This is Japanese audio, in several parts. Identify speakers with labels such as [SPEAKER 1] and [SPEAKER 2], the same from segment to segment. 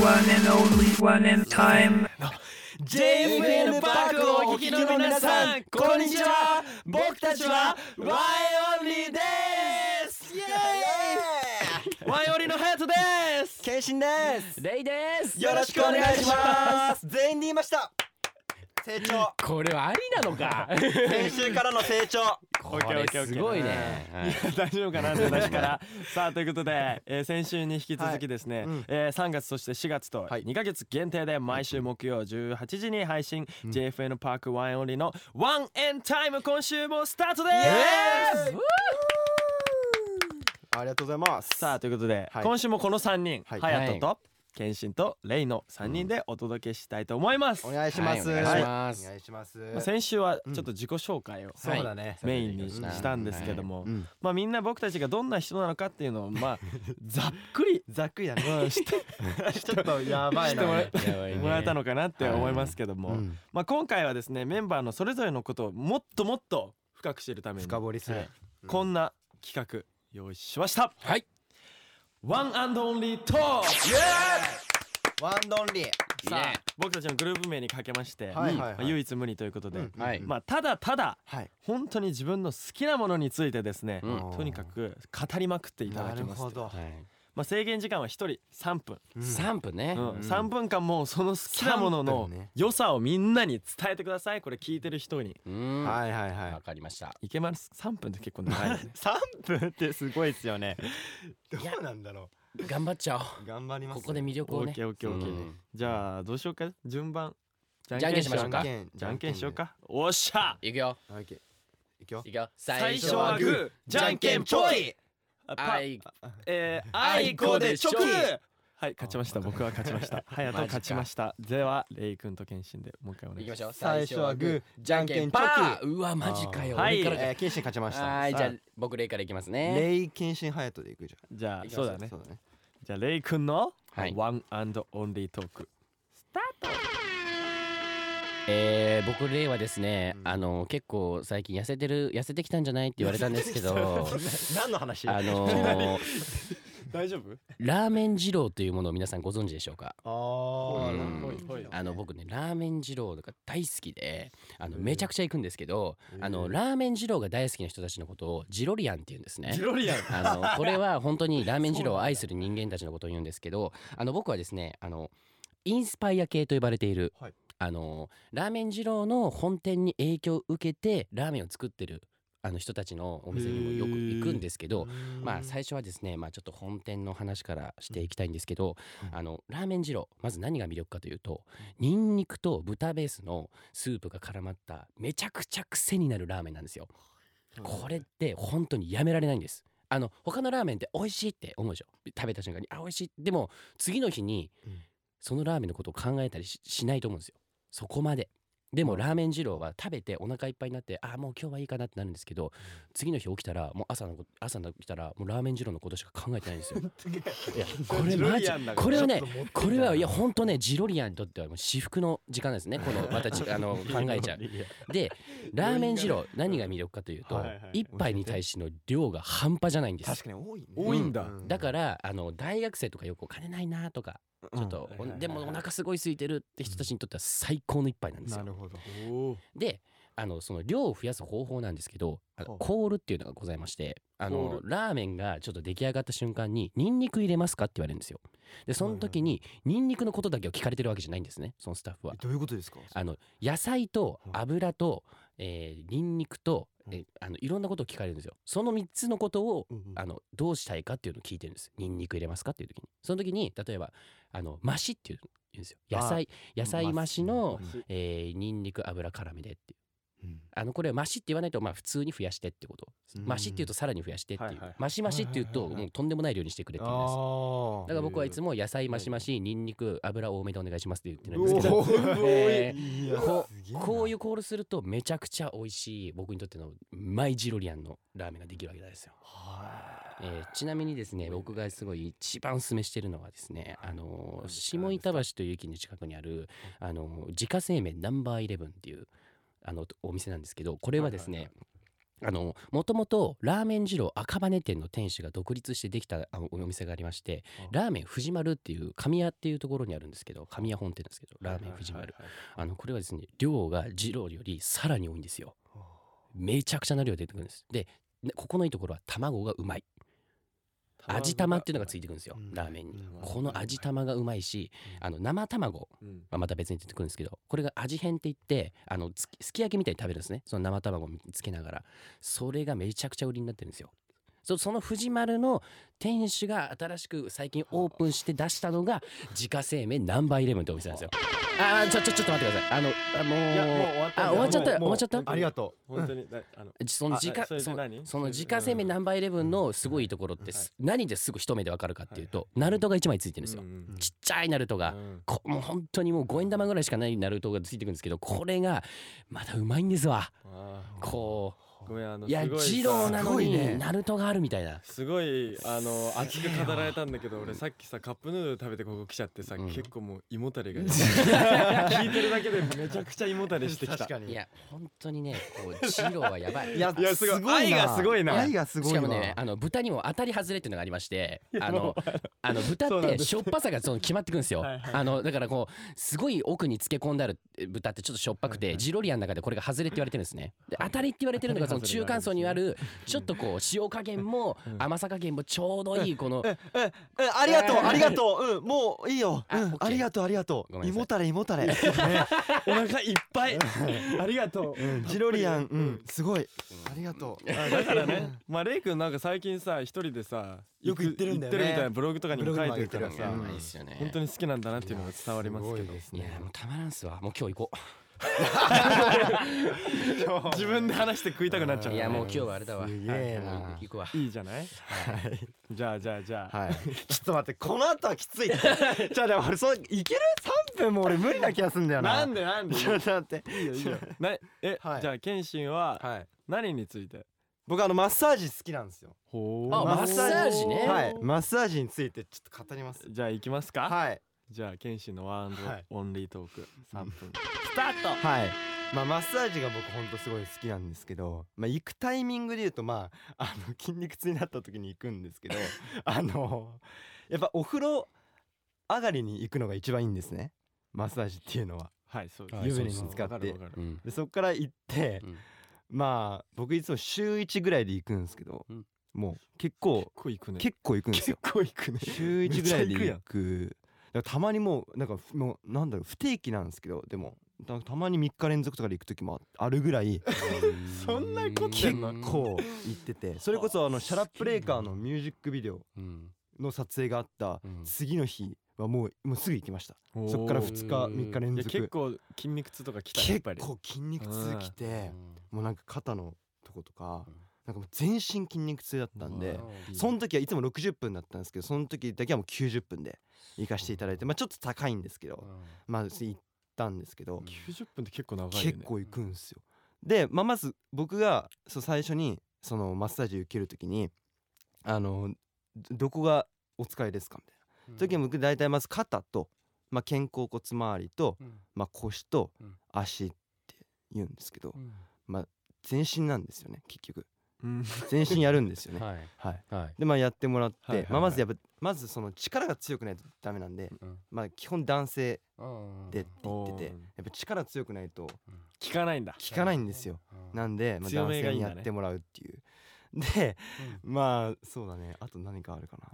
[SPEAKER 1] One and only one and time
[SPEAKER 2] JFN パークをお聞きの皆さんこんにちは僕たちはワイオンリーですイエーイワイオンリーのハヤトです
[SPEAKER 3] 謙信です
[SPEAKER 2] レイです
[SPEAKER 3] よろしくお願いします全員に言いました成長
[SPEAKER 2] これはありなの か
[SPEAKER 3] 先週からの成長
[SPEAKER 2] これすごいね
[SPEAKER 4] 大丈夫かな 私からさあということで、えー先週に引き続きですね、えー3月そして4月と
[SPEAKER 3] はい
[SPEAKER 4] 2ヶ月限定で毎週木曜18時に配信、JFN パークワンオンリーの「ワンエンタイム」今週もスタートです
[SPEAKER 3] ありがとうございます
[SPEAKER 4] さあということで、
[SPEAKER 3] はい
[SPEAKER 4] 今週もこの3人
[SPEAKER 3] はい
[SPEAKER 4] 隼人、と謙信とレイの3人でお届けしたいと思います、
[SPEAKER 3] お願いします、
[SPEAKER 5] はいお願いします
[SPEAKER 3] お願いします
[SPEAKER 4] まあ先週はちょっと自己紹介を、
[SPEAKER 3] そうだね、
[SPEAKER 4] メインにしたんですけども、
[SPEAKER 3] ん
[SPEAKER 4] まあみんな僕たちがどんな人なのかっていうのをま あざっくり
[SPEAKER 3] ざっくりだね
[SPEAKER 4] うん知って
[SPEAKER 3] ちょっとやばいな
[SPEAKER 4] もらえ
[SPEAKER 5] やばいね
[SPEAKER 4] もらえたのかなって思いますけども、
[SPEAKER 3] うん
[SPEAKER 4] まあ、今回はですねメンバーのそれぞれのことをもっともっと深く知るために
[SPEAKER 3] 深掘りする、
[SPEAKER 4] はいこんな企画用意しました
[SPEAKER 5] はい
[SPEAKER 4] ワンアンドオンリートーク
[SPEAKER 3] ワンドンリー
[SPEAKER 4] さあ僕たちのグループ名にかけまして、
[SPEAKER 3] はいはいはい
[SPEAKER 4] まあ唯一無二ということで、
[SPEAKER 3] うん
[SPEAKER 5] はい
[SPEAKER 4] まあ、ただただ
[SPEAKER 3] はい
[SPEAKER 4] 本当に自分の好きなものについてですね、
[SPEAKER 5] うん
[SPEAKER 4] とにかく語りまくっていただ
[SPEAKER 3] な
[SPEAKER 4] き
[SPEAKER 3] る
[SPEAKER 4] ます
[SPEAKER 3] ほど、
[SPEAKER 4] まあ、制限時間は1人3分、
[SPEAKER 5] 三分ね
[SPEAKER 4] うん3分間もうその好きなもの
[SPEAKER 3] 3
[SPEAKER 4] の
[SPEAKER 3] 分ね
[SPEAKER 4] 良さをみんなに伝えてくださいこれ聞いてる人に
[SPEAKER 5] うん
[SPEAKER 3] はいはいは
[SPEAKER 5] わかりました
[SPEAKER 4] いけます3分って結構長いよね
[SPEAKER 3] 三分ってすごいですよねどうなんだろ
[SPEAKER 5] 頑張っちゃ
[SPEAKER 3] う頑張り
[SPEAKER 5] おう
[SPEAKER 3] ます
[SPEAKER 5] ここで魅力
[SPEAKER 4] オ
[SPEAKER 5] を
[SPEAKER 4] ッ
[SPEAKER 5] ね
[SPEAKER 4] ケーオッケーオッケー、
[SPEAKER 5] うん
[SPEAKER 4] じゃあどうしようか順番じ
[SPEAKER 5] じゃんけんしましょう
[SPEAKER 4] う
[SPEAKER 5] か
[SPEAKER 3] ん
[SPEAKER 4] じゃんけんしようかおっしゃ
[SPEAKER 5] いくよ
[SPEAKER 3] オッケーいくよ
[SPEAKER 5] いくよ
[SPEAKER 4] 最初はグーじゃんけんぽいあパ
[SPEAKER 5] は
[SPEAKER 4] ー
[SPEAKER 5] い
[SPEAKER 4] えーあいこでチョキ
[SPEAKER 5] チョキ
[SPEAKER 4] はい勝ちました僕は勝ちましたはやと
[SPEAKER 5] マジか
[SPEAKER 4] 勝ちましたではレイ君と謙信でもう一回お願
[SPEAKER 5] い
[SPEAKER 4] い
[SPEAKER 5] き
[SPEAKER 4] し
[SPEAKER 5] ま
[SPEAKER 4] ます
[SPEAKER 5] しょう
[SPEAKER 3] 最初はグーじゃんけん
[SPEAKER 5] パ
[SPEAKER 3] チョ
[SPEAKER 5] ーうわマジかよ
[SPEAKER 4] あー
[SPEAKER 5] 俺から
[SPEAKER 4] は
[SPEAKER 5] か
[SPEAKER 3] えー、謙信勝ちました
[SPEAKER 5] はい
[SPEAKER 3] さ
[SPEAKER 5] じ
[SPEAKER 3] あ
[SPEAKER 5] ゃあ僕レイからいきますね
[SPEAKER 3] レイ謙信隼人でいくじ
[SPEAKER 4] じゃ
[SPEAKER 5] い
[SPEAKER 4] あ
[SPEAKER 5] きま
[SPEAKER 4] そ
[SPEAKER 5] す
[SPEAKER 4] う
[SPEAKER 5] よ
[SPEAKER 4] だ
[SPEAKER 3] ゃん
[SPEAKER 4] ね
[SPEAKER 3] そうだね
[SPEAKER 4] じゃあレイ君の
[SPEAKER 5] はい
[SPEAKER 4] ワンアンドオンリートーク
[SPEAKER 5] えー僕レイはですねあの結構最近痩せてる痩せてきたんじゃないって言われたんですけど
[SPEAKER 3] 何の話
[SPEAKER 5] あのー
[SPEAKER 4] 大丈夫
[SPEAKER 5] ラーメン二郎というものを皆さんご存知でしょうか
[SPEAKER 3] あー
[SPEAKER 5] うん
[SPEAKER 3] なるほど
[SPEAKER 4] ほいほい
[SPEAKER 5] あの僕ねラーメン二郎とか大好きであのめちゃくちゃ行くんですけどあのラーメン二郎が大好きな人たちのことをジロリアンって言うんですね。
[SPEAKER 4] ジロリアン
[SPEAKER 5] あのこれは本当にラーメン二郎を愛する人間たちのことを言うんですけどあの僕はですねあのインスパイア系と呼ばれている、
[SPEAKER 3] はい
[SPEAKER 5] あのラーメン二郎の本店に影響を受けてラーメンを作ってるあの人たちのお店にもよく行くんですけど、まあ、最初はですね、まあ、ちょっと本店の話からしていきたいんですけど、あのラーメン二郎まず何が魅力かというとニンニクと豚ベースのスープが絡まっためちゃくちゃ癖になるラーメンなんですよ。これって本当にやめられないんです。あの他のラーメンって美味しいって思うでしょ食べた瞬間にあ美味しいでも次の日に
[SPEAKER 3] うん
[SPEAKER 5] そのラーメンのことを考えたりししないと思うんですよそこまででもラーメン二郎は食べてお腹いっぱいになってあもう今日はいいかなってなるんですけど次の日起きたらもう朝のこ朝の起きたらもうラーメン二郎のことしか考えてないんですよいやこれ
[SPEAKER 4] ジロ
[SPEAKER 5] マジ
[SPEAKER 4] リアンだから
[SPEAKER 5] これはねこれはいや本当ねジロリアンにとってはもう至福の時間なんですねこ のまたじあ の考えちゃうでラーメン二郎何が魅力かというと
[SPEAKER 4] はいはい
[SPEAKER 5] 一杯に対しての量が半端じゃないんです
[SPEAKER 3] 確かに多いね
[SPEAKER 4] 多いんだ
[SPEAKER 3] う
[SPEAKER 5] だからあの大学生とかよくお金ないなとかちょっと、おでもお腹すごい空いてるって人たちにとっては最高の一杯なんです
[SPEAKER 3] な
[SPEAKER 5] よ
[SPEAKER 3] る。ほど
[SPEAKER 4] お
[SPEAKER 5] であのその量を増やす方法なんですけどあの
[SPEAKER 3] ほう
[SPEAKER 5] コールっていうのがございましてあ
[SPEAKER 4] コ
[SPEAKER 5] の
[SPEAKER 4] ー
[SPEAKER 5] ラーメンがちょっと出来上がった瞬間に「ニンニク入れますか?」って言われるんですよ。でその時にニンニクのことだけを聞かれてるわけじゃないんですねそのスタッフは
[SPEAKER 3] え。どういうことですか
[SPEAKER 5] あの野菜と
[SPEAKER 3] はい
[SPEAKER 5] 油と、えー、ニンニクと、えーあのいろんなことを聞かれるんですよ。その3つのことを
[SPEAKER 3] うんうん
[SPEAKER 5] あのどうしたいかっていうのを聞いてるんです。ニンニク入れますかっていう時に。その時に例えばあのマシっていう言うんですよ。野菜野菜増しの、
[SPEAKER 3] うん
[SPEAKER 5] えー、ニンニク油辛めでっていう。
[SPEAKER 3] うん
[SPEAKER 5] あのこれはマシって言わないとまあ普通に増やしてってこと。
[SPEAKER 3] うん
[SPEAKER 5] マシっていうとさらに増やしてっていう。
[SPEAKER 4] はいはい
[SPEAKER 5] マシマシって言うと
[SPEAKER 3] はいはいはい
[SPEAKER 5] もうとんでもない量にしてくれって
[SPEAKER 3] あ
[SPEAKER 5] 言うんです。
[SPEAKER 3] ー
[SPEAKER 5] だから僕はいつも野菜マシマシニンニク油多めでお願いしますって言ってるんですけど。
[SPEAKER 3] おー
[SPEAKER 5] えー
[SPEAKER 3] いや
[SPEAKER 5] こ
[SPEAKER 3] すげえな
[SPEAKER 5] こういうコールするとめちゃくちゃ美味しい僕にとってのマイジロリアンのラーメンができるわけなんですよ、
[SPEAKER 3] は
[SPEAKER 5] えーちなみにですね僕がすごい一番おすすめしてるのはですねあのー下板橋という駅の近くにあるあのー自家製麺ナンバーイレブンっていうあのお店なんですけどこれはですねあのもともとラーメン二郎赤羽店の店主が独立してできたあのお店がありまして
[SPEAKER 4] あ
[SPEAKER 5] ラーメン藤丸っていう神屋っていうところにあるんですけど神屋本店なんですけどラーメン藤
[SPEAKER 4] はい
[SPEAKER 5] 丸
[SPEAKER 4] はいはいはい
[SPEAKER 5] あのこれはですね量が二郎よりさらに多いんですよめちゃくちゃな量出てくるんですでねここのいいところは卵がうまい味玉っていうのがついてくるんですよ
[SPEAKER 4] うん
[SPEAKER 5] ラーメンに
[SPEAKER 4] うん
[SPEAKER 5] この味玉がうまいしあの生卵
[SPEAKER 4] うん
[SPEAKER 5] まあ、また別に出てくるんですけどこれが味変って言ってあのつすき焼きみたいに食べるんですねその生卵をつけながらそれがめちゃくちゃ売りになってるんですよそその藤丸の店主が新しく最近オープンして出したのが自家製麺ナンバーイレブンってお店なんですよあーちょちょちょっと待ってくださいあのあもう
[SPEAKER 4] いやもう終わった
[SPEAKER 5] あ終わっちゃった
[SPEAKER 4] もう
[SPEAKER 5] 終わっちゃった
[SPEAKER 3] ありがとう。
[SPEAKER 4] 本当にだあの
[SPEAKER 5] その自
[SPEAKER 4] あ
[SPEAKER 5] 家
[SPEAKER 4] えそれで
[SPEAKER 5] その
[SPEAKER 4] 何
[SPEAKER 5] その自家製麺ナンバーイレブンのすごいところってす何ですぐ一目でわかるかっていうとナルトが1枚ついてるんですよ
[SPEAKER 4] うんうん
[SPEAKER 5] ちっちゃいナルトが
[SPEAKER 4] うん
[SPEAKER 5] こもう本当にもう5円玉ぐらいしかないナルトがついてくるんですけどこれがまたうまいんですわ
[SPEAKER 4] あー
[SPEAKER 5] こ
[SPEAKER 4] ごめんあの
[SPEAKER 5] ういや
[SPEAKER 4] すごさ
[SPEAKER 5] 二郎なの
[SPEAKER 3] すごいね
[SPEAKER 5] にナルトがあるみたいな
[SPEAKER 4] すごいあの熱く語られたんだけど俺さっきさカップヌードル食べてここ来ちゃってさ、
[SPEAKER 5] うん
[SPEAKER 4] 結構もう胃もたれが聞いてるだけでめちゃくちゃ胃もたれしてきた
[SPEAKER 3] 確かに。
[SPEAKER 5] いや本当にねこう二郎はやばい
[SPEAKER 3] いや、
[SPEAKER 4] いやすごい愛
[SPEAKER 3] な
[SPEAKER 4] がすごいな
[SPEAKER 5] や
[SPEAKER 3] 愛がすごい
[SPEAKER 5] し
[SPEAKER 3] わ
[SPEAKER 5] かもねあの豚にも当たり外れっていうのがありましてあのあの豚
[SPEAKER 4] そう
[SPEAKER 5] っ
[SPEAKER 4] なんで
[SPEAKER 5] て
[SPEAKER 4] す
[SPEAKER 5] しょっぱさがその決まってくるんですよ
[SPEAKER 4] はいはい
[SPEAKER 5] あのだからこうすごい奥に漬け込んである豚ってちょっとしょっぱくてジロリアンの中でこれが外れって言われてるんですねで当たりって言われてるのがその中間層にあるちょっとこう塩加減も甘さ加減もちょうどいいこの
[SPEAKER 3] うん、うん、ありがとう、ありがとう、うん、もういいよ。う
[SPEAKER 5] あオッ
[SPEAKER 3] ん
[SPEAKER 5] ケ、ー
[SPEAKER 3] ありがとう、ありがと
[SPEAKER 5] ご
[SPEAKER 3] う。
[SPEAKER 5] めん
[SPEAKER 3] 胃
[SPEAKER 5] なさい
[SPEAKER 3] もたれ、胃もたれ。ね
[SPEAKER 4] お腹いっぱいありがとう
[SPEAKER 3] ジロリアン、うん、すごい。ありがとう。
[SPEAKER 4] あだからねまあレイ君なんか最近さ一人でさ
[SPEAKER 3] よく行ってるんだよ
[SPEAKER 4] 行っ
[SPEAKER 3] ね
[SPEAKER 4] てるみたいなブログとかにも書いてるから
[SPEAKER 3] ブロ
[SPEAKER 4] さ
[SPEAKER 3] グにも
[SPEAKER 5] いいっすよね
[SPEAKER 4] 本当に好きなんだなっていうのが伝わりますけど
[SPEAKER 3] す
[SPEAKER 5] いやもうたまらんっすわもう今日行こ
[SPEAKER 4] 自分で話して食いたくなっちゃ
[SPEAKER 5] う
[SPEAKER 4] う
[SPEAKER 5] い
[SPEAKER 4] い
[SPEAKER 5] やもう今日はあれだわ
[SPEAKER 3] すげえな
[SPEAKER 5] はい行くわ
[SPEAKER 4] いいじゃないじゃあじゃあじゃあ
[SPEAKER 3] はい。 ちょっと待って、この後はきつい って。じゃあ、でも、俺、そう、いける三分も俺無理な気がすんだよな。
[SPEAKER 4] なんでなんで
[SPEAKER 3] ちょっと待って。
[SPEAKER 4] いいよいいよ なえ
[SPEAKER 3] はい
[SPEAKER 4] じゃあ謙信は
[SPEAKER 3] はい。
[SPEAKER 4] 何について
[SPEAKER 3] 僕、あの、マッサージ好きなんですよ。
[SPEAKER 4] ほ
[SPEAKER 5] あ
[SPEAKER 4] ま
[SPEAKER 5] マッサージね
[SPEAKER 3] はい。マッサージについて、ちょっと語ります。
[SPEAKER 4] じゃあ行きますか
[SPEAKER 3] はい。
[SPEAKER 4] じゃあ謙信のワン
[SPEAKER 3] はい
[SPEAKER 4] オンリートーク3分
[SPEAKER 3] はい。まあ、マッサージが僕ほんとすごい好きなんですけど、まあ、行くタイミングで言うとまああの筋肉痛になった時に行くんですけど あのやっぱお風呂上がりに行くのが一番いいんですねマッサージっていうのは。
[SPEAKER 4] はいそう
[SPEAKER 5] はい
[SPEAKER 4] です
[SPEAKER 5] 湯船
[SPEAKER 3] に浸かって
[SPEAKER 4] わかるわかる
[SPEAKER 5] うん
[SPEAKER 3] でそっから行って、
[SPEAKER 5] うん
[SPEAKER 3] まあ僕いつも週1ぐらいで行くんですけど、
[SPEAKER 5] うん
[SPEAKER 3] もう結構
[SPEAKER 4] こう行くね
[SPEAKER 3] 結構行くんです よ。
[SPEAKER 4] 構行くね
[SPEAKER 3] 週1ぐらいで
[SPEAKER 4] めっちゃ行くや
[SPEAKER 3] 行くだからたまにもうなんかふもうなんだろう不定期なんですけどでもたたまに3日連続とかで行く時もああるぐらい
[SPEAKER 4] そんなこと
[SPEAKER 3] 結
[SPEAKER 5] うん
[SPEAKER 3] 構行っててそれこそあのシャラップレイカーのミュージックビデオ
[SPEAKER 5] うん
[SPEAKER 3] の撮影があった
[SPEAKER 5] うん
[SPEAKER 3] 次の日はもうもうすぐ行きましたそっから2日
[SPEAKER 5] おー
[SPEAKER 3] 3日連
[SPEAKER 4] いや
[SPEAKER 3] 続
[SPEAKER 4] 結構筋肉痛とかきたやっ
[SPEAKER 3] 結
[SPEAKER 4] ぱり
[SPEAKER 3] 構筋肉痛きてもうなんか肩のとことか
[SPEAKER 5] うん
[SPEAKER 3] なんかもう全身筋肉痛だったんでその時はいつも60分だったんですけどその時だけはもう90分で行かせていただいてまあちょっと高いんですけどまあ行ったんですけど、
[SPEAKER 4] 90分って結構長いよね
[SPEAKER 3] 結構行くんですよ。で、まあ、まず僕がそう最初にそのマッサージ受ける時にあのどどこがお疲れですかみたいな時に僕大体まず肩と、まあ、肩甲骨周りと、まあ、腰と
[SPEAKER 5] うん
[SPEAKER 3] 足って言うんですけど全身なんですよね結局
[SPEAKER 4] うん
[SPEAKER 3] 全身やるんで すよね。
[SPEAKER 5] はい
[SPEAKER 3] はい
[SPEAKER 5] はい
[SPEAKER 3] でまあやってもらって、
[SPEAKER 4] はいはいはい
[SPEAKER 3] まあ、まずやっぱまずその力が強くないとダメなんで、
[SPEAKER 5] うん
[SPEAKER 3] まあ基本男性でって言ってて
[SPEAKER 4] おー
[SPEAKER 3] やっぱ力強くないと
[SPEAKER 4] 聞かないんだ
[SPEAKER 3] 効かないんですよ。なんで、まあ、
[SPEAKER 4] 強
[SPEAKER 3] 男
[SPEAKER 4] めが
[SPEAKER 3] 性
[SPEAKER 4] いいん
[SPEAKER 3] に
[SPEAKER 4] だ
[SPEAKER 3] や
[SPEAKER 4] ね
[SPEAKER 3] ってもらうっていう。 で、まあそうだねあと何かあるかな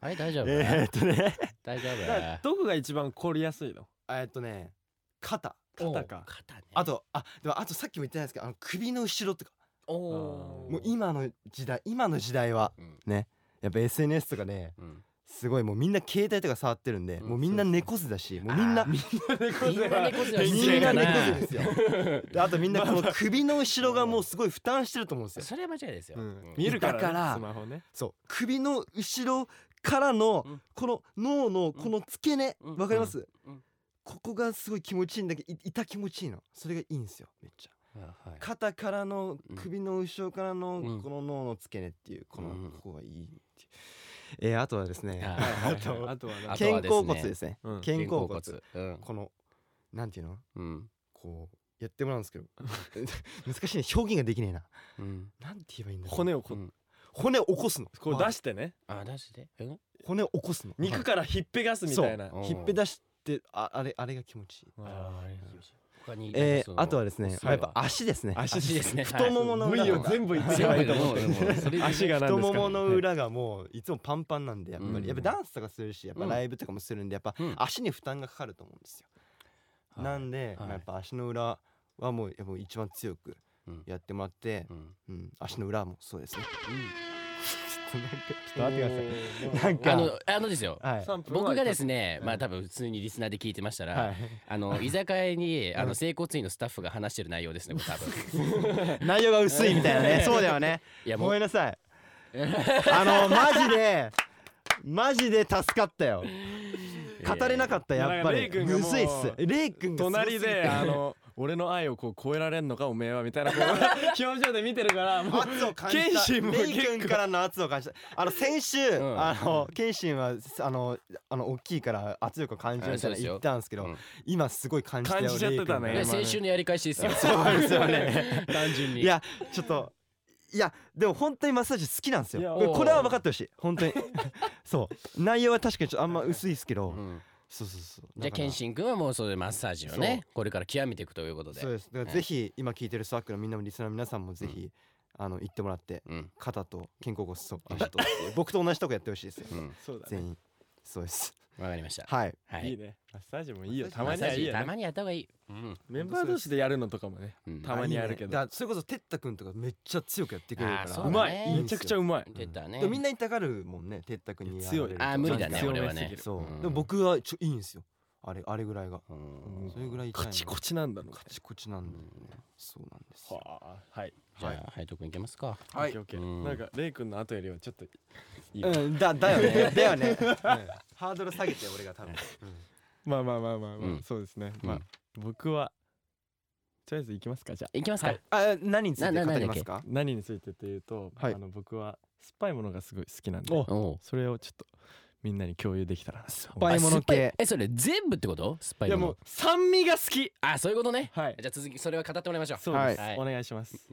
[SPEAKER 5] はい大丈夫
[SPEAKER 3] えー、っとね
[SPEAKER 5] 大丈
[SPEAKER 4] だからどこが一番凝りやすいの
[SPEAKER 3] えーっとね肩
[SPEAKER 5] 夫
[SPEAKER 4] 肩か
[SPEAKER 5] 肩ね
[SPEAKER 3] あとあでもあとさっきも言ってないですけどあの首の後ろとか
[SPEAKER 5] おー
[SPEAKER 4] ん
[SPEAKER 3] もう今の時代今の時代は
[SPEAKER 5] うん
[SPEAKER 3] やっぱ SNS とかね
[SPEAKER 5] うん
[SPEAKER 3] すごいもうみんな携帯とか触ってるんで、
[SPEAKER 5] うん
[SPEAKER 3] もうみんな猫背だしもうみん
[SPEAKER 5] あ
[SPEAKER 3] な
[SPEAKER 5] ーみんな猫背は
[SPEAKER 3] み
[SPEAKER 5] 失
[SPEAKER 3] ん
[SPEAKER 5] 礼
[SPEAKER 3] な
[SPEAKER 5] だな
[SPEAKER 3] 猫背ですよであとみんな この首の後ろがもうすごい負担してると思うんですよ
[SPEAKER 5] それは間違いですよ
[SPEAKER 4] うん
[SPEAKER 5] うん
[SPEAKER 4] 見えるからね
[SPEAKER 3] だから
[SPEAKER 4] スマホね
[SPEAKER 3] そう首の後ろからの
[SPEAKER 5] うん
[SPEAKER 3] この脳のこの付け根
[SPEAKER 5] うん
[SPEAKER 3] わかります
[SPEAKER 5] うん
[SPEAKER 3] ここがすごい気持ちいいんだけどい痛気持ちいいのそれがいいんですよめっちゃ
[SPEAKER 5] はい
[SPEAKER 3] 肩からの
[SPEAKER 5] うん
[SPEAKER 3] 首の後ろから
[SPEAKER 5] う
[SPEAKER 3] の
[SPEAKER 5] ん
[SPEAKER 3] この脳の付け根っていうこの
[SPEAKER 5] うん
[SPEAKER 3] ここがいいっていうえーあとはですね
[SPEAKER 5] あー
[SPEAKER 3] あと
[SPEAKER 4] あとはなんか
[SPEAKER 5] あと
[SPEAKER 3] 肩
[SPEAKER 5] はですね
[SPEAKER 3] 甲骨ですね
[SPEAKER 4] うん
[SPEAKER 3] 肩甲骨
[SPEAKER 5] うん
[SPEAKER 3] このなんていうの
[SPEAKER 5] うん
[SPEAKER 3] こうやってもらうんですけど 難しいね表現ができねえな
[SPEAKER 5] うん、
[SPEAKER 3] なんて言えばいいんだろう
[SPEAKER 4] 骨をこ,、
[SPEAKER 5] う
[SPEAKER 4] うん
[SPEAKER 3] 骨を起こすの
[SPEAKER 4] こう出してね
[SPEAKER 5] あ出して、うん、
[SPEAKER 3] 骨を起こすの
[SPEAKER 4] 肉からひっぺがすみたいな、
[SPEAKER 5] そう
[SPEAKER 3] ひっぺ出してああれあれが気持ちいい
[SPEAKER 4] あ
[SPEAKER 5] 他に
[SPEAKER 3] えー、あとはですね、まあ、
[SPEAKER 5] 最
[SPEAKER 3] やっ
[SPEAKER 5] 後
[SPEAKER 3] ぱ足ですね
[SPEAKER 5] 足ですね
[SPEAKER 3] 太もも
[SPEAKER 4] ー
[SPEAKER 3] の
[SPEAKER 4] 部
[SPEAKER 3] 裏
[SPEAKER 4] 位を
[SPEAKER 3] が
[SPEAKER 4] 全部言っ
[SPEAKER 5] はい
[SPEAKER 4] てはいいと思う
[SPEAKER 5] でもでもそれで
[SPEAKER 4] 足が何
[SPEAKER 3] 太
[SPEAKER 4] です
[SPEAKER 3] も
[SPEAKER 4] か
[SPEAKER 3] もの裏がもういつもパンパンなんでやっぱり、
[SPEAKER 5] うん
[SPEAKER 3] やっぱダンスとかするしやっぱ
[SPEAKER 5] うん
[SPEAKER 3] ライブとかもするんでやっぱ
[SPEAKER 5] うん
[SPEAKER 3] 足に負担がかかると思うんですよ、
[SPEAKER 5] はい
[SPEAKER 3] なんで、
[SPEAKER 5] はい
[SPEAKER 3] まあやっぱ足の裏はもうやっぱ一番強く
[SPEAKER 5] うん
[SPEAKER 3] やってもらって、
[SPEAKER 5] うん
[SPEAKER 3] うん足の裏もそうですね、ちょっとなんかちょっと待ってく
[SPEAKER 4] く
[SPEAKER 3] ださいなん
[SPEAKER 5] あ
[SPEAKER 3] か
[SPEAKER 5] のあのですよ
[SPEAKER 3] はい
[SPEAKER 5] 僕がです
[SPEAKER 4] ね
[SPEAKER 5] ね
[SPEAKER 3] うん
[SPEAKER 5] まあ多分普通にリスナーで聞いてましたら、
[SPEAKER 3] は
[SPEAKER 5] あの居酒 屋にあ
[SPEAKER 3] う
[SPEAKER 5] の
[SPEAKER 3] ん
[SPEAKER 5] 整骨院のスタッフが話してる内容ですねこれ多 分
[SPEAKER 3] い、内容が薄いみたいなねそうだよね
[SPEAKER 5] いや
[SPEAKER 3] ご
[SPEAKER 5] もう
[SPEAKER 3] めんなさ いあのマジでマジで助かったよ語れなかったやっぱ
[SPEAKER 4] いやいやレ
[SPEAKER 3] り
[SPEAKER 4] イ君がもう
[SPEAKER 3] 薄いっすレイ君がすごすぎ
[SPEAKER 4] 隣
[SPEAKER 3] て
[SPEAKER 4] であの 俺の愛をこう超えられんのかおめえはみたいなこ う表情で見てるからもう
[SPEAKER 3] 圧を感じ
[SPEAKER 4] 謙
[SPEAKER 3] た
[SPEAKER 4] 信も
[SPEAKER 3] レイ
[SPEAKER 4] 結構
[SPEAKER 3] 君からの圧を感じたあの先週、
[SPEAKER 5] ん
[SPEAKER 3] あの謙信はあのあの大きいから圧力を感じるみたい
[SPEAKER 5] あそうで
[SPEAKER 3] な
[SPEAKER 5] すよ
[SPEAKER 3] 言ったんですけど、
[SPEAKER 5] うん
[SPEAKER 3] 今すごい感じたよ
[SPEAKER 4] 感じちゃってたね
[SPEAKER 5] い
[SPEAKER 3] レイ
[SPEAKER 5] や
[SPEAKER 3] 君が
[SPEAKER 5] 青春のやり返しですよ
[SPEAKER 3] そうですよね
[SPEAKER 5] 単純に
[SPEAKER 3] いやちょっといやでも本当にマッサージ好きなんです
[SPEAKER 4] いや
[SPEAKER 3] よこれ
[SPEAKER 5] おー
[SPEAKER 3] これは分かってほしい本当に そう内容は確かにちょっとあんま薄いですけど、
[SPEAKER 5] うん
[SPEAKER 3] そうそうそう
[SPEAKER 5] じゃあ謙信君はもうそういうマッサージをねこれから極めていくということで
[SPEAKER 3] そうですだから
[SPEAKER 5] はい
[SPEAKER 3] ぜひ今聞いてるスワックのみんなもリスナーの皆さんもぜひ、あの行ってもらって
[SPEAKER 5] うん
[SPEAKER 3] 肩と肩甲骨と足とっていう 僕と同じとこやってほしいですよ、
[SPEAKER 5] うん
[SPEAKER 4] そうだね
[SPEAKER 3] 全員そうです
[SPEAKER 5] わかりました
[SPEAKER 3] はい
[SPEAKER 5] はい
[SPEAKER 4] いいねマッサージもいいよ
[SPEAKER 3] マッサージ
[SPEAKER 4] たまにはいいよ
[SPEAKER 5] マッサージた
[SPEAKER 4] ね
[SPEAKER 5] まにやった方がいいうん
[SPEAKER 4] メンバー同士でやるのとかもね
[SPEAKER 5] うん
[SPEAKER 4] たまにやるけど
[SPEAKER 3] あいいねだからそれこそ哲太くんとかめっちゃ強くやってくれるか
[SPEAKER 5] あー
[SPEAKER 3] ら
[SPEAKER 5] そう
[SPEAKER 4] う
[SPEAKER 5] だ
[SPEAKER 4] ま
[SPEAKER 5] ね
[SPEAKER 4] いめちゃくちゃうまい
[SPEAKER 5] 出たね
[SPEAKER 3] でもみんなにたがるもんね哲太くんにやられ
[SPEAKER 4] 強
[SPEAKER 3] ると
[SPEAKER 4] い
[SPEAKER 5] あー無理だね
[SPEAKER 4] 強め
[SPEAKER 5] 俺は
[SPEAKER 4] すぎ
[SPEAKER 5] ね
[SPEAKER 4] る
[SPEAKER 3] そう、
[SPEAKER 5] うん
[SPEAKER 3] でも僕はちょいいんですよあれあれぐらいが、
[SPEAKER 5] うん
[SPEAKER 3] それぐらい痛い
[SPEAKER 4] カ
[SPEAKER 3] の
[SPEAKER 4] チコチなんだろうね
[SPEAKER 3] カチコチなんだよね、そうなんですよ
[SPEAKER 4] はあはい
[SPEAKER 5] じゃあ隼人君いけますか
[SPEAKER 3] はい
[SPEAKER 4] オッケーオッケ
[SPEAKER 5] う
[SPEAKER 4] ー
[SPEAKER 5] ん
[SPEAKER 4] なんかレイ君の後よりはちょっといいか
[SPEAKER 3] うんだだよねだよね、うんハードル下げて俺が多分、
[SPEAKER 4] まあまあまあまあ
[SPEAKER 5] う
[SPEAKER 4] ま
[SPEAKER 5] ん
[SPEAKER 4] あそうですね
[SPEAKER 5] うん
[SPEAKER 4] まあ僕はとりあえず行きますかじゃあ
[SPEAKER 5] いきますか
[SPEAKER 3] はいあ何について
[SPEAKER 5] なな
[SPEAKER 3] 語
[SPEAKER 5] なん
[SPEAKER 3] り
[SPEAKER 5] だっ
[SPEAKER 3] ま
[SPEAKER 5] け
[SPEAKER 3] すか
[SPEAKER 4] 何についてっていうとあ
[SPEAKER 3] はい
[SPEAKER 4] の僕は酸っぱいものがすごい好きなんで
[SPEAKER 3] お
[SPEAKER 5] おう
[SPEAKER 4] それをちょっとみんなに共有できたらな酸
[SPEAKER 3] っぱいもの系
[SPEAKER 5] あ酸っぱいえそれ全部ってこと酸っぱい
[SPEAKER 4] いや
[SPEAKER 5] も
[SPEAKER 4] も
[SPEAKER 5] の
[SPEAKER 4] う酸味が好き
[SPEAKER 5] あそういうことね
[SPEAKER 4] はい
[SPEAKER 5] じゃあ続きそれは語ってもらいましょう
[SPEAKER 4] そうです、
[SPEAKER 5] はい
[SPEAKER 4] お願いしますさ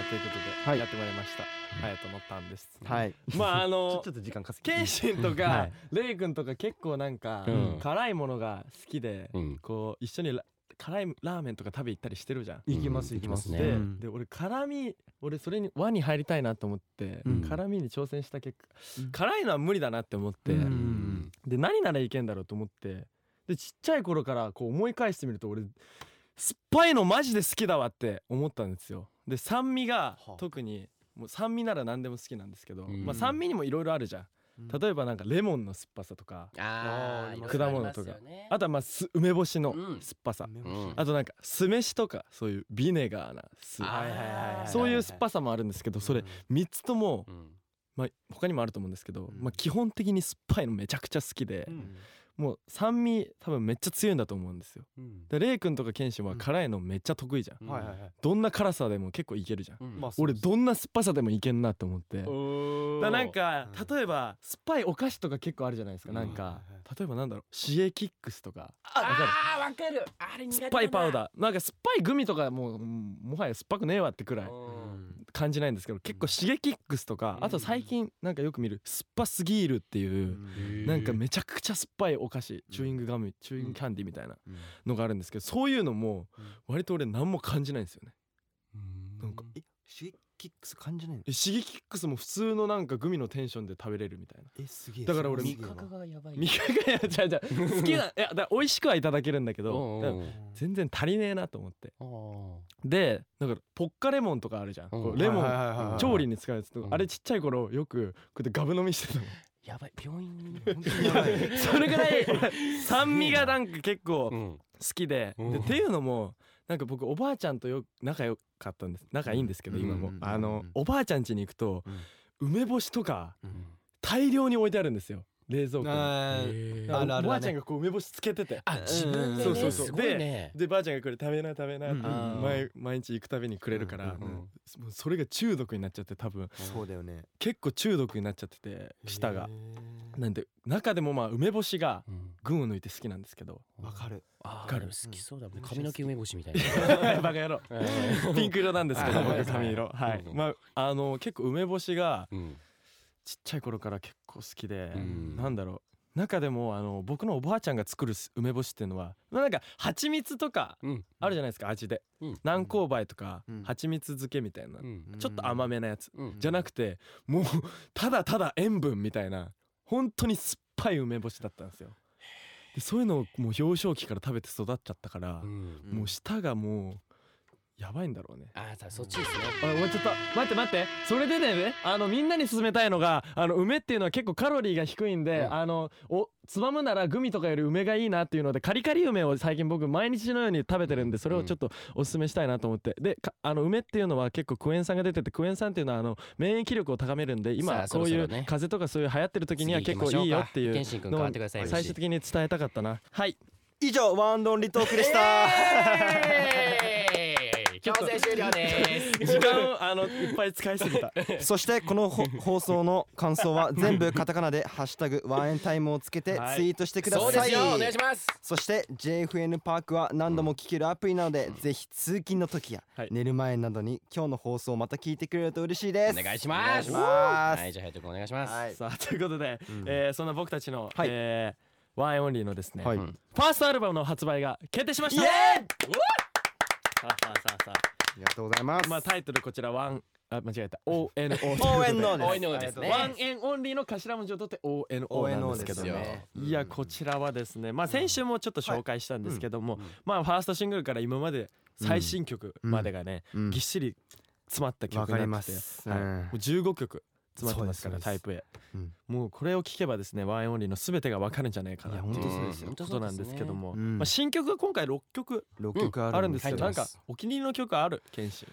[SPEAKER 4] あということ
[SPEAKER 3] は
[SPEAKER 4] で
[SPEAKER 3] い
[SPEAKER 4] やってまいりました隼人のターンです
[SPEAKER 3] はい
[SPEAKER 4] まああ
[SPEAKER 3] ちょ
[SPEAKER 4] の
[SPEAKER 3] ちょっと時間稼ぎ
[SPEAKER 4] 謙信と
[SPEAKER 3] は
[SPEAKER 4] か
[SPEAKER 3] い
[SPEAKER 4] レイ君とか結構なんか
[SPEAKER 5] うん
[SPEAKER 4] 辛いものが好きで
[SPEAKER 5] うん
[SPEAKER 4] こう一緒にラ辛いラーメンとか食べ行ったりしてるじゃん
[SPEAKER 3] 行きます
[SPEAKER 5] うん
[SPEAKER 3] 行きます
[SPEAKER 5] 行きますね
[SPEAKER 4] で,、
[SPEAKER 3] うん
[SPEAKER 4] で俺辛み俺それに和に入りたいなと思って、
[SPEAKER 3] うん
[SPEAKER 4] 辛みに挑戦した結果、
[SPEAKER 3] うん
[SPEAKER 4] 辛いのは無理だなって思って、
[SPEAKER 3] うん
[SPEAKER 5] うん
[SPEAKER 4] で何ならいけんだろうと思ってでちっちゃい頃からこう思い返してみると俺酸っぱいのマジで好きだわって思ったんですよ。で酸味が
[SPEAKER 3] はあ
[SPEAKER 4] 特にもう酸味なら何でも好きなんですけど、
[SPEAKER 5] うん
[SPEAKER 4] まあ、酸味にもいろいろあるじゃん。
[SPEAKER 3] うん
[SPEAKER 4] 例えばなんかレモンの酸っぱさとか
[SPEAKER 5] あ
[SPEAKER 3] あー
[SPEAKER 5] ー
[SPEAKER 4] 果物とか
[SPEAKER 5] いろいろありますよね
[SPEAKER 4] あとはまあす梅干しの
[SPEAKER 5] うん
[SPEAKER 4] 酸っぱさ、
[SPEAKER 3] 梅
[SPEAKER 5] う
[SPEAKER 3] 干し
[SPEAKER 5] ん
[SPEAKER 4] あとなんか酢飯とかそういうビネガーな酢
[SPEAKER 5] あ
[SPEAKER 3] はいはいはいはい
[SPEAKER 4] そういう酸っぱさもあるんですけどそれ3つとも
[SPEAKER 5] う、ん
[SPEAKER 4] まあ、他にもあると思うんですけど
[SPEAKER 3] う、ん
[SPEAKER 4] まあ、基本的に酸っぱいのめちゃくちゃ好きで
[SPEAKER 3] う、ん
[SPEAKER 4] もう酸味多分めっちゃ強いんだと思うんですよ
[SPEAKER 5] うん
[SPEAKER 4] でレイ君とかケンシンは
[SPEAKER 3] うん
[SPEAKER 4] 辛いのめっちゃ得意じゃん、
[SPEAKER 3] はいはいはい
[SPEAKER 4] どんな辛さでも結構いけるじゃん、
[SPEAKER 5] うん
[SPEAKER 3] まあ
[SPEAKER 4] 俺どんな酸っぱさでもいけんなって思ってだか
[SPEAKER 3] お
[SPEAKER 4] らなんか
[SPEAKER 3] う
[SPEAKER 4] 例えば酸っぱいお菓子とか結構あるじゃないですか、
[SPEAKER 5] うん
[SPEAKER 4] なんか
[SPEAKER 3] はいはい
[SPEAKER 4] 例えばなんだろうシエキックスとか
[SPEAKER 5] あーわかるあれ苦
[SPEAKER 4] 酸
[SPEAKER 5] 手だな
[SPEAKER 4] っぱいパウダーなんか酸っぱいグミとかもううんもはや酸っぱくねえわってくらい
[SPEAKER 5] うん
[SPEAKER 4] 感じないんですけど結構シゲキックスとか
[SPEAKER 5] うん
[SPEAKER 4] あと最近なんかよく見る酸っぱすぎるっていうなんか
[SPEAKER 5] うん
[SPEAKER 4] めちゃくちゃ酸っぱいお菓子チューイングガムチューイングキャンディーみたいな
[SPEAKER 3] うん
[SPEAKER 4] のがあるんですけどそういうのも
[SPEAKER 3] うん
[SPEAKER 4] 割と俺何も感じないんですよね。なんか
[SPEAKER 3] えシェイキックス感じないの
[SPEAKER 4] えシゲキックスも普通のなんかグミのテンションで食べれるみたいな。
[SPEAKER 3] えすげえ
[SPEAKER 4] だから俺
[SPEAKER 3] す
[SPEAKER 5] 味
[SPEAKER 3] げえな
[SPEAKER 5] 覚がやばい
[SPEAKER 4] 味覚がいやじゃじゃ好きないやだから美味しくはいただけるんだけどだから全然足りねえなと思ってでだからポッカレモンとかあるじゃん
[SPEAKER 5] うん
[SPEAKER 4] こうレモ
[SPEAKER 3] はいはいはいはいは
[SPEAKER 4] ン
[SPEAKER 3] い
[SPEAKER 4] 調理に使うやつとか
[SPEAKER 5] うん
[SPEAKER 4] あれちっちゃい頃よくこうやってガブ飲みしてたの
[SPEAKER 5] やばい病院に
[SPEAKER 3] 本当にやば い
[SPEAKER 4] それぐらい酸味がなんか結構好
[SPEAKER 5] ん
[SPEAKER 4] きで,、
[SPEAKER 5] うん
[SPEAKER 4] でっていうのもなんか僕おばあちゃんとよ仲良かったんです仲いいんですけど
[SPEAKER 5] うん
[SPEAKER 4] 今も、
[SPEAKER 3] うんうんうん
[SPEAKER 4] あのおばあちゃん家に行くと、梅干しとか
[SPEAKER 3] うん
[SPEAKER 4] 大量に置いてあるんですよ冷蔵庫に
[SPEAKER 3] あー
[SPEAKER 5] へー
[SPEAKER 4] あ
[SPEAKER 3] あるあるだね
[SPEAKER 4] おばあちゃんがこう梅干しつけてて
[SPEAKER 5] あ自分で
[SPEAKER 4] そう
[SPEAKER 5] ね
[SPEAKER 4] そうそう
[SPEAKER 5] すごいね
[SPEAKER 4] でばあちゃんがこれ食べな食べなって
[SPEAKER 3] うん
[SPEAKER 4] 毎毎日行くたびにくれるから、
[SPEAKER 3] うんうんうん
[SPEAKER 4] もうそれが中毒になっちゃって多分
[SPEAKER 3] そうだよね
[SPEAKER 4] 結構中毒になっちゃってて舌が。なんで中でもまあ梅干しが
[SPEAKER 5] うん
[SPEAKER 4] 群を抜いて好きなんですけど
[SPEAKER 3] わかる
[SPEAKER 5] わ
[SPEAKER 4] かる
[SPEAKER 5] 好きそうだもん髪の毛梅干しみたいな
[SPEAKER 4] バカ野郎
[SPEAKER 5] えー
[SPEAKER 4] ピンク色なんですけど
[SPEAKER 5] はい
[SPEAKER 4] 僕髪色
[SPEAKER 5] はい
[SPEAKER 4] はい
[SPEAKER 5] うん
[SPEAKER 4] まああの結構梅干しが
[SPEAKER 5] うん
[SPEAKER 4] ちっちゃい頃から結構好きで
[SPEAKER 5] うん
[SPEAKER 4] なんだろう中でもあの僕のおばあちゃんが作る梅干しっていうのはまあなんか蜂蜜とか
[SPEAKER 5] うん
[SPEAKER 4] あるじゃないですか味で
[SPEAKER 5] うん
[SPEAKER 4] 南高梅とか
[SPEAKER 3] うん
[SPEAKER 4] 蜂蜜漬けみたいな
[SPEAKER 5] うん
[SPEAKER 4] ちょっと甘めなやつ
[SPEAKER 5] うん
[SPEAKER 4] じゃなくてもうただただ塩分みたいな本当に酸っぱい梅干しだったんですよでそういうのをもう幼少期から食べて育っちゃったから
[SPEAKER 5] うん
[SPEAKER 4] もう舌がもうやばいんだろうね
[SPEAKER 5] あーさそっちですね
[SPEAKER 4] あ終わっちゃった待って待ってそれでねあのみんなに勧めたいのがあの梅っていうのは結構カロリーが低いんで、
[SPEAKER 5] うん
[SPEAKER 4] あのおつまむならグミとかより梅がいいなっていうのでカリカリ梅を最近僕毎日のように食べてるんでそれをちょっとおすすめしたいなと思ってでかあの梅っていうのは結構クエン酸が出ててクエン酸っていうのはあの免疫力を高めるんで
[SPEAKER 5] さ
[SPEAKER 4] 今
[SPEAKER 5] あ
[SPEAKER 4] こ
[SPEAKER 5] そろ
[SPEAKER 4] う
[SPEAKER 5] そ
[SPEAKER 4] いう
[SPEAKER 5] ろね
[SPEAKER 4] 風邪とかそういう流行ってる時には結構いいよっていう
[SPEAKER 5] 謙信君変
[SPEAKER 4] の
[SPEAKER 5] わ
[SPEAKER 4] を
[SPEAKER 5] ってください
[SPEAKER 4] 最終的に伝えたかったなはい
[SPEAKER 3] 以上ワンオンリートークでした、
[SPEAKER 5] 強制終了です
[SPEAKER 4] 時間をあのいっぱい使いすぎた
[SPEAKER 3] そしてこのほ 放送の感想 は全部カタカナで「ハッシュタグワンエンタイム」をつけて
[SPEAKER 4] はい
[SPEAKER 3] ツイートしてくだ
[SPEAKER 5] そうで
[SPEAKER 3] さい、
[SPEAKER 5] すよお願いします
[SPEAKER 3] そして JFN パークは何度も聴けるアプリなので、ぜひ通勤の時や、
[SPEAKER 4] はい
[SPEAKER 3] 寝る前などに今日の放送をまた聞いてくれると嬉しいです
[SPEAKER 5] お願いします
[SPEAKER 3] お願いします
[SPEAKER 5] はいじゃあ隼人君お願いします
[SPEAKER 3] はい
[SPEAKER 4] さあということで、
[SPEAKER 3] ん
[SPEAKER 4] えーそんな僕たちの、
[SPEAKER 3] はい
[SPEAKER 4] えーワンエンオンリーのですね、
[SPEAKER 3] はい、
[SPEAKER 5] うん
[SPEAKER 4] ファーストアルバムの発売が決定しました
[SPEAKER 3] イエ
[SPEAKER 4] さあさあさあさ
[SPEAKER 3] ありがとうございま
[SPEAKER 4] あ
[SPEAKER 3] す、
[SPEAKER 4] まあタイトルこちらワンあ間違 えた ONO
[SPEAKER 3] 応援の
[SPEAKER 5] 応援のですね
[SPEAKER 4] ワンエンオンリーの頭文字を取って ONO なんですけど
[SPEAKER 5] 応援の
[SPEAKER 4] ね
[SPEAKER 5] ですよ
[SPEAKER 4] いやこちらはですねまあ先週もちょっと紹介したんですけども、
[SPEAKER 5] うんうん
[SPEAKER 4] まあファーストシングルから今まで最新曲までがね、
[SPEAKER 3] うん
[SPEAKER 4] ぎっしり詰まった曲
[SPEAKER 3] わかり
[SPEAKER 4] にな
[SPEAKER 3] ま
[SPEAKER 4] ってて、
[SPEAKER 3] す、
[SPEAKER 4] はい、
[SPEAKER 3] う
[SPEAKER 4] も
[SPEAKER 3] ん
[SPEAKER 4] う15曲詰まってますから
[SPEAKER 3] そ
[SPEAKER 4] タ
[SPEAKER 3] う
[SPEAKER 4] イ
[SPEAKER 3] です
[SPEAKER 4] プ A、
[SPEAKER 3] うん
[SPEAKER 4] もうこれを聴けばですねワンエンオンリーの全てがわかるんじゃないかなってい
[SPEAKER 3] いや
[SPEAKER 4] う
[SPEAKER 3] 本当そうですよ
[SPEAKER 5] 本
[SPEAKER 4] こ
[SPEAKER 5] 当
[SPEAKER 4] と
[SPEAKER 5] そう
[SPEAKER 4] な
[SPEAKER 5] ですね
[SPEAKER 4] んですけども、
[SPEAKER 3] うん
[SPEAKER 4] まあ、新曲が今回6曲
[SPEAKER 3] 6曲あ
[SPEAKER 4] あ
[SPEAKER 3] る
[SPEAKER 4] る
[SPEAKER 3] ん
[SPEAKER 4] んで
[SPEAKER 3] で
[SPEAKER 4] すす
[SPEAKER 3] け
[SPEAKER 4] け
[SPEAKER 3] ど、
[SPEAKER 4] ど、なん
[SPEAKER 5] 入ってま
[SPEAKER 4] か
[SPEAKER 5] す
[SPEAKER 4] お気に入りの曲ある剣心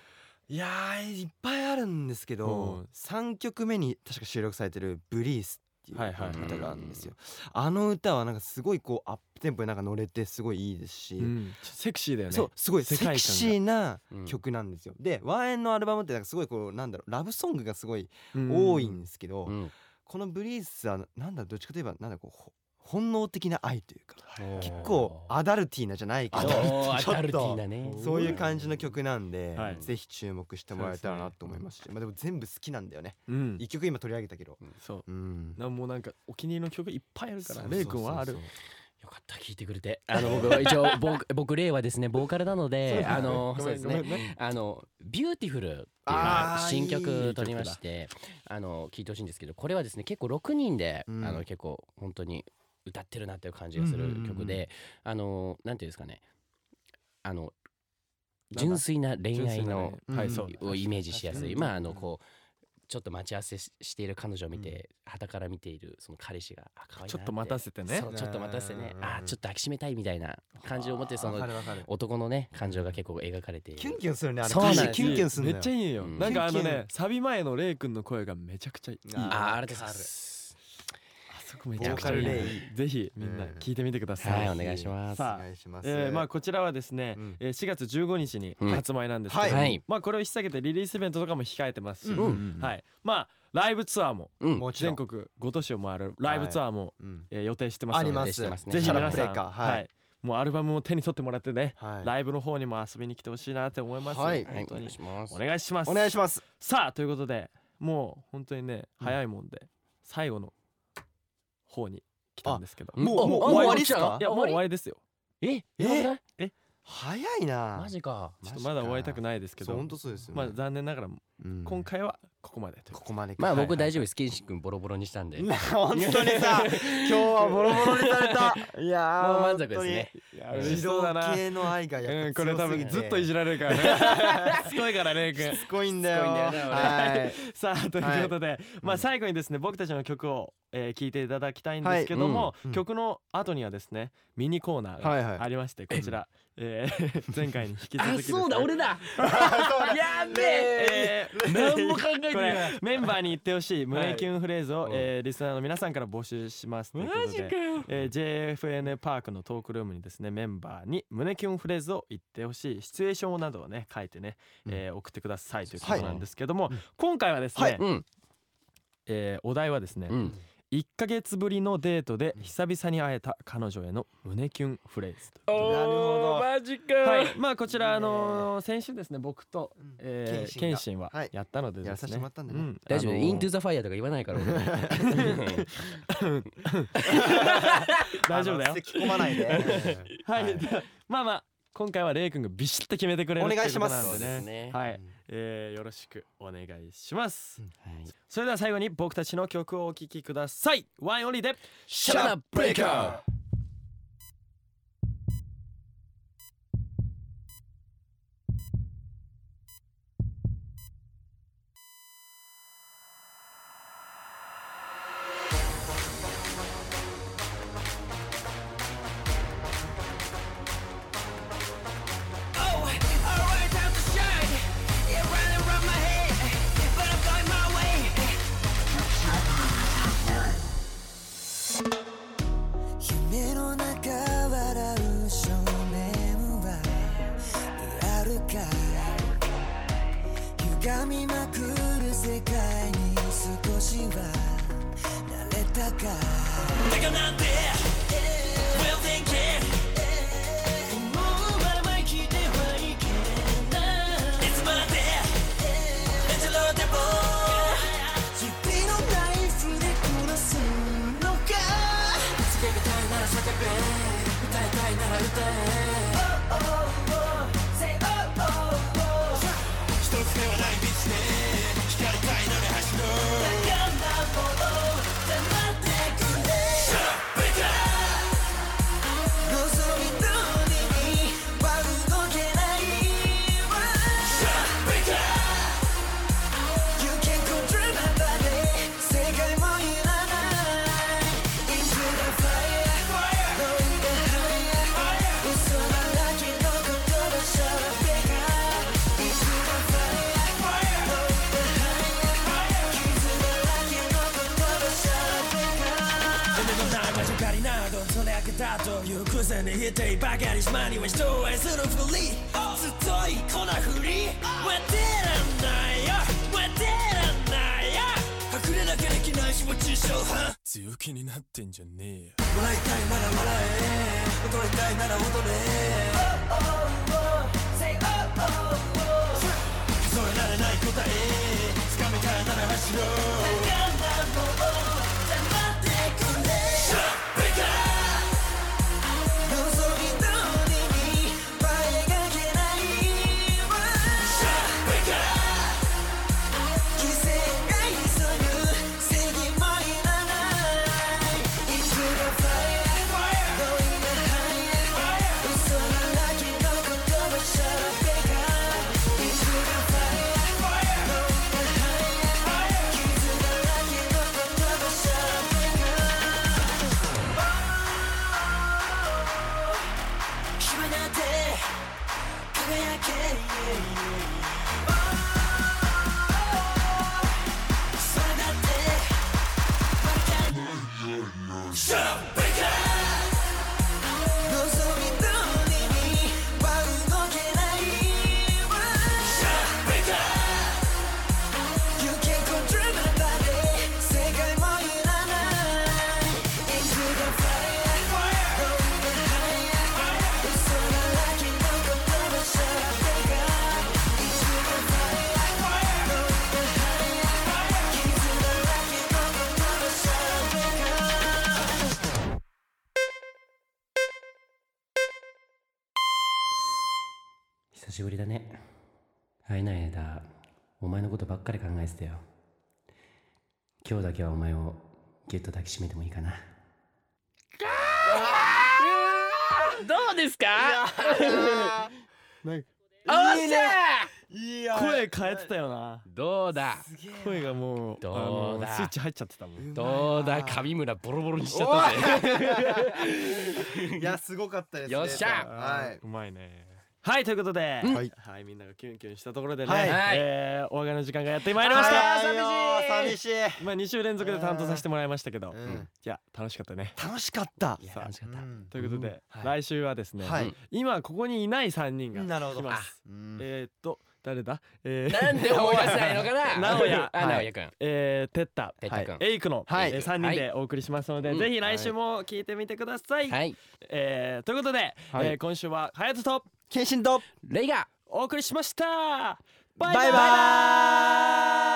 [SPEAKER 3] いやーいっぱいあるんですけ
[SPEAKER 4] う
[SPEAKER 3] ど、
[SPEAKER 4] ん
[SPEAKER 3] 三3曲目に確か収録されてる「ブリース」っていう
[SPEAKER 4] はいはいはい
[SPEAKER 3] 歌があるんですよ、あの歌はなんかすごいこうアップテンポでなんか乗れてすごいいいですし、
[SPEAKER 4] セクシーだよね
[SPEAKER 3] そうすごいセ
[SPEAKER 4] 世界観
[SPEAKER 3] ク
[SPEAKER 4] が
[SPEAKER 3] シーな
[SPEAKER 5] うん
[SPEAKER 3] 曲なんですよ、でワンエンのアルバムってなんかすごいこうなんだろうラブソングがすごい
[SPEAKER 4] うん
[SPEAKER 3] 多いんですけど、
[SPEAKER 5] うん
[SPEAKER 3] この「ブリース」はなんだどっちかといえばなんだこうほ本能的な愛というか結構アダルティーなじゃないけど
[SPEAKER 5] アダ ルティー
[SPEAKER 3] ちょっと
[SPEAKER 5] アダルティーなね
[SPEAKER 3] そういう感じの曲なんで、
[SPEAKER 4] はい
[SPEAKER 3] ぜひ注目してもらえたらなと思いますしまあでも全部好きなんだよね
[SPEAKER 4] うん
[SPEAKER 3] 一曲今取り上げたけど
[SPEAKER 4] そう
[SPEAKER 3] うん
[SPEAKER 4] なもうなんかお気に入りの曲いっぱいあるから
[SPEAKER 3] そう
[SPEAKER 4] レイ君はあ
[SPEAKER 3] そ
[SPEAKER 4] る
[SPEAKER 3] う
[SPEAKER 5] よかった聞いてくれてあの僕は一応僕僕レイはですねボーカルなの
[SPEAKER 4] そう
[SPEAKER 5] で
[SPEAKER 4] ですね
[SPEAKER 5] あのそうです
[SPEAKER 4] ごめん
[SPEAKER 5] ねあのビューティフルっていう
[SPEAKER 3] あー
[SPEAKER 5] 新
[SPEAKER 3] い
[SPEAKER 5] 曲
[SPEAKER 3] い曲だ
[SPEAKER 5] 取りましてあの聞いてほしいんですけどこれはですね結構6人であ
[SPEAKER 3] うん
[SPEAKER 5] の結構本当に歌ってるなっていう感じがす
[SPEAKER 3] うんうんうん
[SPEAKER 5] る
[SPEAKER 3] うん
[SPEAKER 5] 曲であのなんていうんですかねあの
[SPEAKER 4] なんだ
[SPEAKER 5] 純粋な恋愛の
[SPEAKER 3] うん
[SPEAKER 4] はいそう
[SPEAKER 5] をイメージしやすい、
[SPEAKER 3] うん
[SPEAKER 5] まああの
[SPEAKER 3] うん
[SPEAKER 5] こうちょっと待ち合わせししている彼女を見て、傍から見ているその彼氏があ可愛いな
[SPEAKER 4] ちょっと待た
[SPEAKER 5] せ
[SPEAKER 4] せてね
[SPEAKER 5] そうちょっと待たせてね
[SPEAKER 3] うんうんうん
[SPEAKER 5] あーちょっと抱きしめたいみたいな感じを持ってそ
[SPEAKER 3] わか
[SPEAKER 5] の
[SPEAKER 3] るわかる
[SPEAKER 5] 男のね感情が結構描かれている
[SPEAKER 3] キュンキュンするねあれ
[SPEAKER 5] そうなんです
[SPEAKER 3] 歌詞キュンキュンする
[SPEAKER 4] め
[SPEAKER 3] ん
[SPEAKER 4] っち
[SPEAKER 3] だ
[SPEAKER 4] ゃ
[SPEAKER 3] よ
[SPEAKER 4] いいよ、
[SPEAKER 5] うん
[SPEAKER 4] なんかあの
[SPEAKER 3] キュンキュ
[SPEAKER 4] ね
[SPEAKER 3] ン
[SPEAKER 4] サビ前のレイ君の声がめちゃくちゃいい
[SPEAKER 3] あ
[SPEAKER 5] あーあ
[SPEAKER 3] わか
[SPEAKER 5] りがとう
[SPEAKER 3] る
[SPEAKER 5] ございます
[SPEAKER 4] あそこめちゃくちゃ
[SPEAKER 5] ボ
[SPEAKER 4] いい
[SPEAKER 5] ーカ
[SPEAKER 4] な
[SPEAKER 5] ル
[SPEAKER 3] レイ
[SPEAKER 4] ぜひみんな聞いてみてください、
[SPEAKER 5] はいお願いします
[SPEAKER 4] さ
[SPEAKER 3] お願いします
[SPEAKER 4] えーまあこちらはですね、
[SPEAKER 3] うん
[SPEAKER 4] えー4月15日に
[SPEAKER 5] うん
[SPEAKER 4] 発売なんですけども、
[SPEAKER 5] はい
[SPEAKER 4] まあこれを引っ提げてリリースイベントとかも控えてますし、
[SPEAKER 3] うんうん
[SPEAKER 4] はい、まあライブツアーも
[SPEAKER 5] うん
[SPEAKER 3] もち
[SPEAKER 4] 全
[SPEAKER 3] ろん
[SPEAKER 4] 国5都市を回るライブツアーも、
[SPEAKER 3] うん
[SPEAKER 4] えー予定してます
[SPEAKER 3] あ
[SPEAKER 4] ので
[SPEAKER 3] りま
[SPEAKER 5] してます
[SPEAKER 3] す
[SPEAKER 5] ね
[SPEAKER 4] ぜひ皆
[SPEAKER 3] シ
[SPEAKER 4] さん、
[SPEAKER 3] ャラプレイか
[SPEAKER 4] はい
[SPEAKER 3] はい
[SPEAKER 4] もうアルバムを手に取ってもらってね、
[SPEAKER 3] はい
[SPEAKER 4] ライブの方にも遊びに来てほしいなって思います、
[SPEAKER 3] はい
[SPEAKER 5] は
[SPEAKER 4] 本
[SPEAKER 5] いお
[SPEAKER 4] 当
[SPEAKER 5] 願
[SPEAKER 4] に
[SPEAKER 5] いします
[SPEAKER 4] お願いします
[SPEAKER 3] お願いします
[SPEAKER 4] さあということでもう本当にね早いもんで、最後の方に来たんですけど
[SPEAKER 5] ん
[SPEAKER 3] もうもう
[SPEAKER 5] あ
[SPEAKER 3] 終わりっすか
[SPEAKER 5] 終わっ
[SPEAKER 4] い
[SPEAKER 5] ちゃ
[SPEAKER 4] や
[SPEAKER 5] う
[SPEAKER 4] もう終わりですよ
[SPEAKER 5] え
[SPEAKER 3] え
[SPEAKER 5] やばくない
[SPEAKER 3] 早いな
[SPEAKER 5] マジか
[SPEAKER 4] ちょっとまだ終わりたくないですけ
[SPEAKER 3] そ
[SPEAKER 4] ど
[SPEAKER 3] う本当そうですよね
[SPEAKER 4] まあ残念ながら
[SPEAKER 3] うん
[SPEAKER 4] 今回はここまでという
[SPEAKER 3] ここまでか
[SPEAKER 5] まあ
[SPEAKER 3] はい
[SPEAKER 5] 僕大丈夫ですケンシ君ボロボロにしたんで
[SPEAKER 3] な本当にさ今日はボロボロにされ たいやー
[SPEAKER 5] もう満足ですね
[SPEAKER 4] や
[SPEAKER 3] 本当に
[SPEAKER 4] 嬉しそうだな
[SPEAKER 3] 自動系の愛がや
[SPEAKER 4] う
[SPEAKER 3] っ
[SPEAKER 4] ん
[SPEAKER 3] ぱ
[SPEAKER 4] これ多
[SPEAKER 3] 強すぎ
[SPEAKER 4] 分
[SPEAKER 3] て
[SPEAKER 4] ずっといじられるからね すごいからねくん
[SPEAKER 3] しつこいんだよ
[SPEAKER 5] しつこいんだよな
[SPEAKER 3] はい
[SPEAKER 4] さあということで、まあ最後にですね僕たちの曲を聴、えー聞いていただきたいんですけども、
[SPEAKER 3] うんうん
[SPEAKER 4] 曲の後にはですねミニコーナー
[SPEAKER 3] はいはい
[SPEAKER 4] がありまして、こちら、えー 前回に引き続きですね
[SPEAKER 5] だやべ
[SPEAKER 4] えー
[SPEAKER 5] 何も考えて
[SPEAKER 4] こ
[SPEAKER 5] ない
[SPEAKER 4] れメンバーに言ってほしい胸キュンフレーズを、えーリスナーの皆さんから募集しますということで
[SPEAKER 5] よ
[SPEAKER 4] えー JFN パークのトークルームにですねメンバーに胸キュンフレーズを言ってほしいシチュエーションなどをね書いてね、えー送ってくださいということなんですけども、今回はですね、
[SPEAKER 5] うん
[SPEAKER 4] えーお題はですね、
[SPEAKER 5] うん
[SPEAKER 4] 1ヶ月ぶりのデートで久々に会えた彼女への胸キュンフレーズと
[SPEAKER 3] ーなるほど
[SPEAKER 2] マジか
[SPEAKER 4] はい、まあこちら
[SPEAKER 3] いい
[SPEAKER 4] あ
[SPEAKER 3] ね
[SPEAKER 4] のー先週ですね僕と、
[SPEAKER 3] うん
[SPEAKER 4] えー、
[SPEAKER 3] 謙
[SPEAKER 4] 謙
[SPEAKER 3] 信
[SPEAKER 4] 信
[SPEAKER 3] が
[SPEAKER 4] は
[SPEAKER 3] はい
[SPEAKER 4] やったのでですね
[SPEAKER 3] やらさせてもらったんでね
[SPEAKER 4] うん
[SPEAKER 5] 大丈夫、
[SPEAKER 4] あのー
[SPEAKER 5] イントゥザファイヤーとか言わないから俺
[SPEAKER 4] 大丈夫だよ
[SPEAKER 3] 突っ込まないで
[SPEAKER 4] はい、
[SPEAKER 3] はい
[SPEAKER 4] で まあまあ今回はレイ君がビシッと決めてくれる
[SPEAKER 3] お願い
[SPEAKER 4] ってうことなん
[SPEAKER 3] します
[SPEAKER 4] でね
[SPEAKER 5] ね
[SPEAKER 4] は
[SPEAKER 3] う
[SPEAKER 4] い
[SPEAKER 3] ん、
[SPEAKER 4] えー、よろしくお願いします、
[SPEAKER 5] はい
[SPEAKER 4] それでは最後に僕たちの曲をお聴きくださいワインオンリーで
[SPEAKER 5] シャラブレイカー
[SPEAKER 6] 夢の中笑う少年はリアルか歪みまくる世界に少しは慣れたかだからなんて Well thinking 思わない生きてはいけないいつまで Vegetable 日々のライフでこなすのか叫びたいなら叫べ歌いたいなら歌え Oh, oh, oh. Say, oh, oh, oh. だからもう黙ってくれ望み通りには動けないわ You can control my body 世界もいらない Into the fire 燃えが higher 嘘だらけの言葉しゃべが Into the fire 燃えが higher 傷だらけの言葉しゃべが
[SPEAKER 1] のない街狩りなどそれ明けたという癖に否定ばかり島には人を愛するふりずっといこなふりわてらないよわてらないよ隠れなきゃできない気持ち小半強気になってんじゃねえよ笑いたいなら笑え踊りたいなら踊れ
[SPEAKER 6] Say oh oh oh
[SPEAKER 1] 数えられない答え掴みたいなら走ろう
[SPEAKER 6] だからもう黙ってくれ望み通りに前がけないわ犠牲が急ぐ正義もいらないいつが fire 恋が higher 嘘だらけの言葉しゃべがいつが fire 恋傷だらけの言葉しゃべが君なんて輝け Oh それだってわかる Shut up, wake up 望み通りには動けないわ Shut up, wake up You can't control my body 世界もいらない Into the fire どんな higher 嘘だらけの言葉しゃべが
[SPEAKER 5] 久しぶりだね会えない間お前のことばっかり考えてたよ今日だけはお前をぎゅっと抱きしめてもいいかな
[SPEAKER 2] どうですか
[SPEAKER 3] おっしゃいや
[SPEAKER 4] 声変えてたよな
[SPEAKER 5] どうだ
[SPEAKER 4] 声がもう
[SPEAKER 5] どう
[SPEAKER 4] あの
[SPEAKER 5] だ
[SPEAKER 4] スイッチ入っちゃってたもん
[SPEAKER 5] どうだ上村ボロボロにしちゃったぜ
[SPEAKER 3] いやすごかったですね
[SPEAKER 5] よっしゃ
[SPEAKER 3] はいう
[SPEAKER 4] まいねはいということで、
[SPEAKER 3] ん
[SPEAKER 4] はい、はいみんながキュンキュンしたところでね、
[SPEAKER 3] はい
[SPEAKER 4] えーお別れの時間がやってまいりました、
[SPEAKER 3] はい寂しい
[SPEAKER 4] まあ2週連続で担当させてもらいましたけど、
[SPEAKER 3] うん
[SPEAKER 4] いや楽しかったね
[SPEAKER 3] 楽しかった
[SPEAKER 5] いや楽しかった
[SPEAKER 3] うん
[SPEAKER 4] ということで、
[SPEAKER 3] うんはい
[SPEAKER 4] 来週はですね、
[SPEAKER 3] はい
[SPEAKER 4] 今ここにいない3人が
[SPEAKER 3] なるほ
[SPEAKER 4] 来
[SPEAKER 3] ど
[SPEAKER 4] ます、
[SPEAKER 3] うん
[SPEAKER 4] えーっと誰だえー
[SPEAKER 5] なんで思い出せないのか な
[SPEAKER 4] 直哉
[SPEAKER 5] あ、直哉くん。
[SPEAKER 4] えー、テッタ
[SPEAKER 5] てったくん。
[SPEAKER 4] エイクの、
[SPEAKER 3] はい
[SPEAKER 4] えー、3人でお送りしますので、
[SPEAKER 5] うん
[SPEAKER 4] ぜひ来週も聞いてみてください、
[SPEAKER 5] はい。
[SPEAKER 4] えー、ということで、
[SPEAKER 3] はい
[SPEAKER 4] えー今週はハヤトと
[SPEAKER 3] 謙信と
[SPEAKER 5] レイガー
[SPEAKER 4] お送りしましたバイバイ
[SPEAKER 3] バイバーイ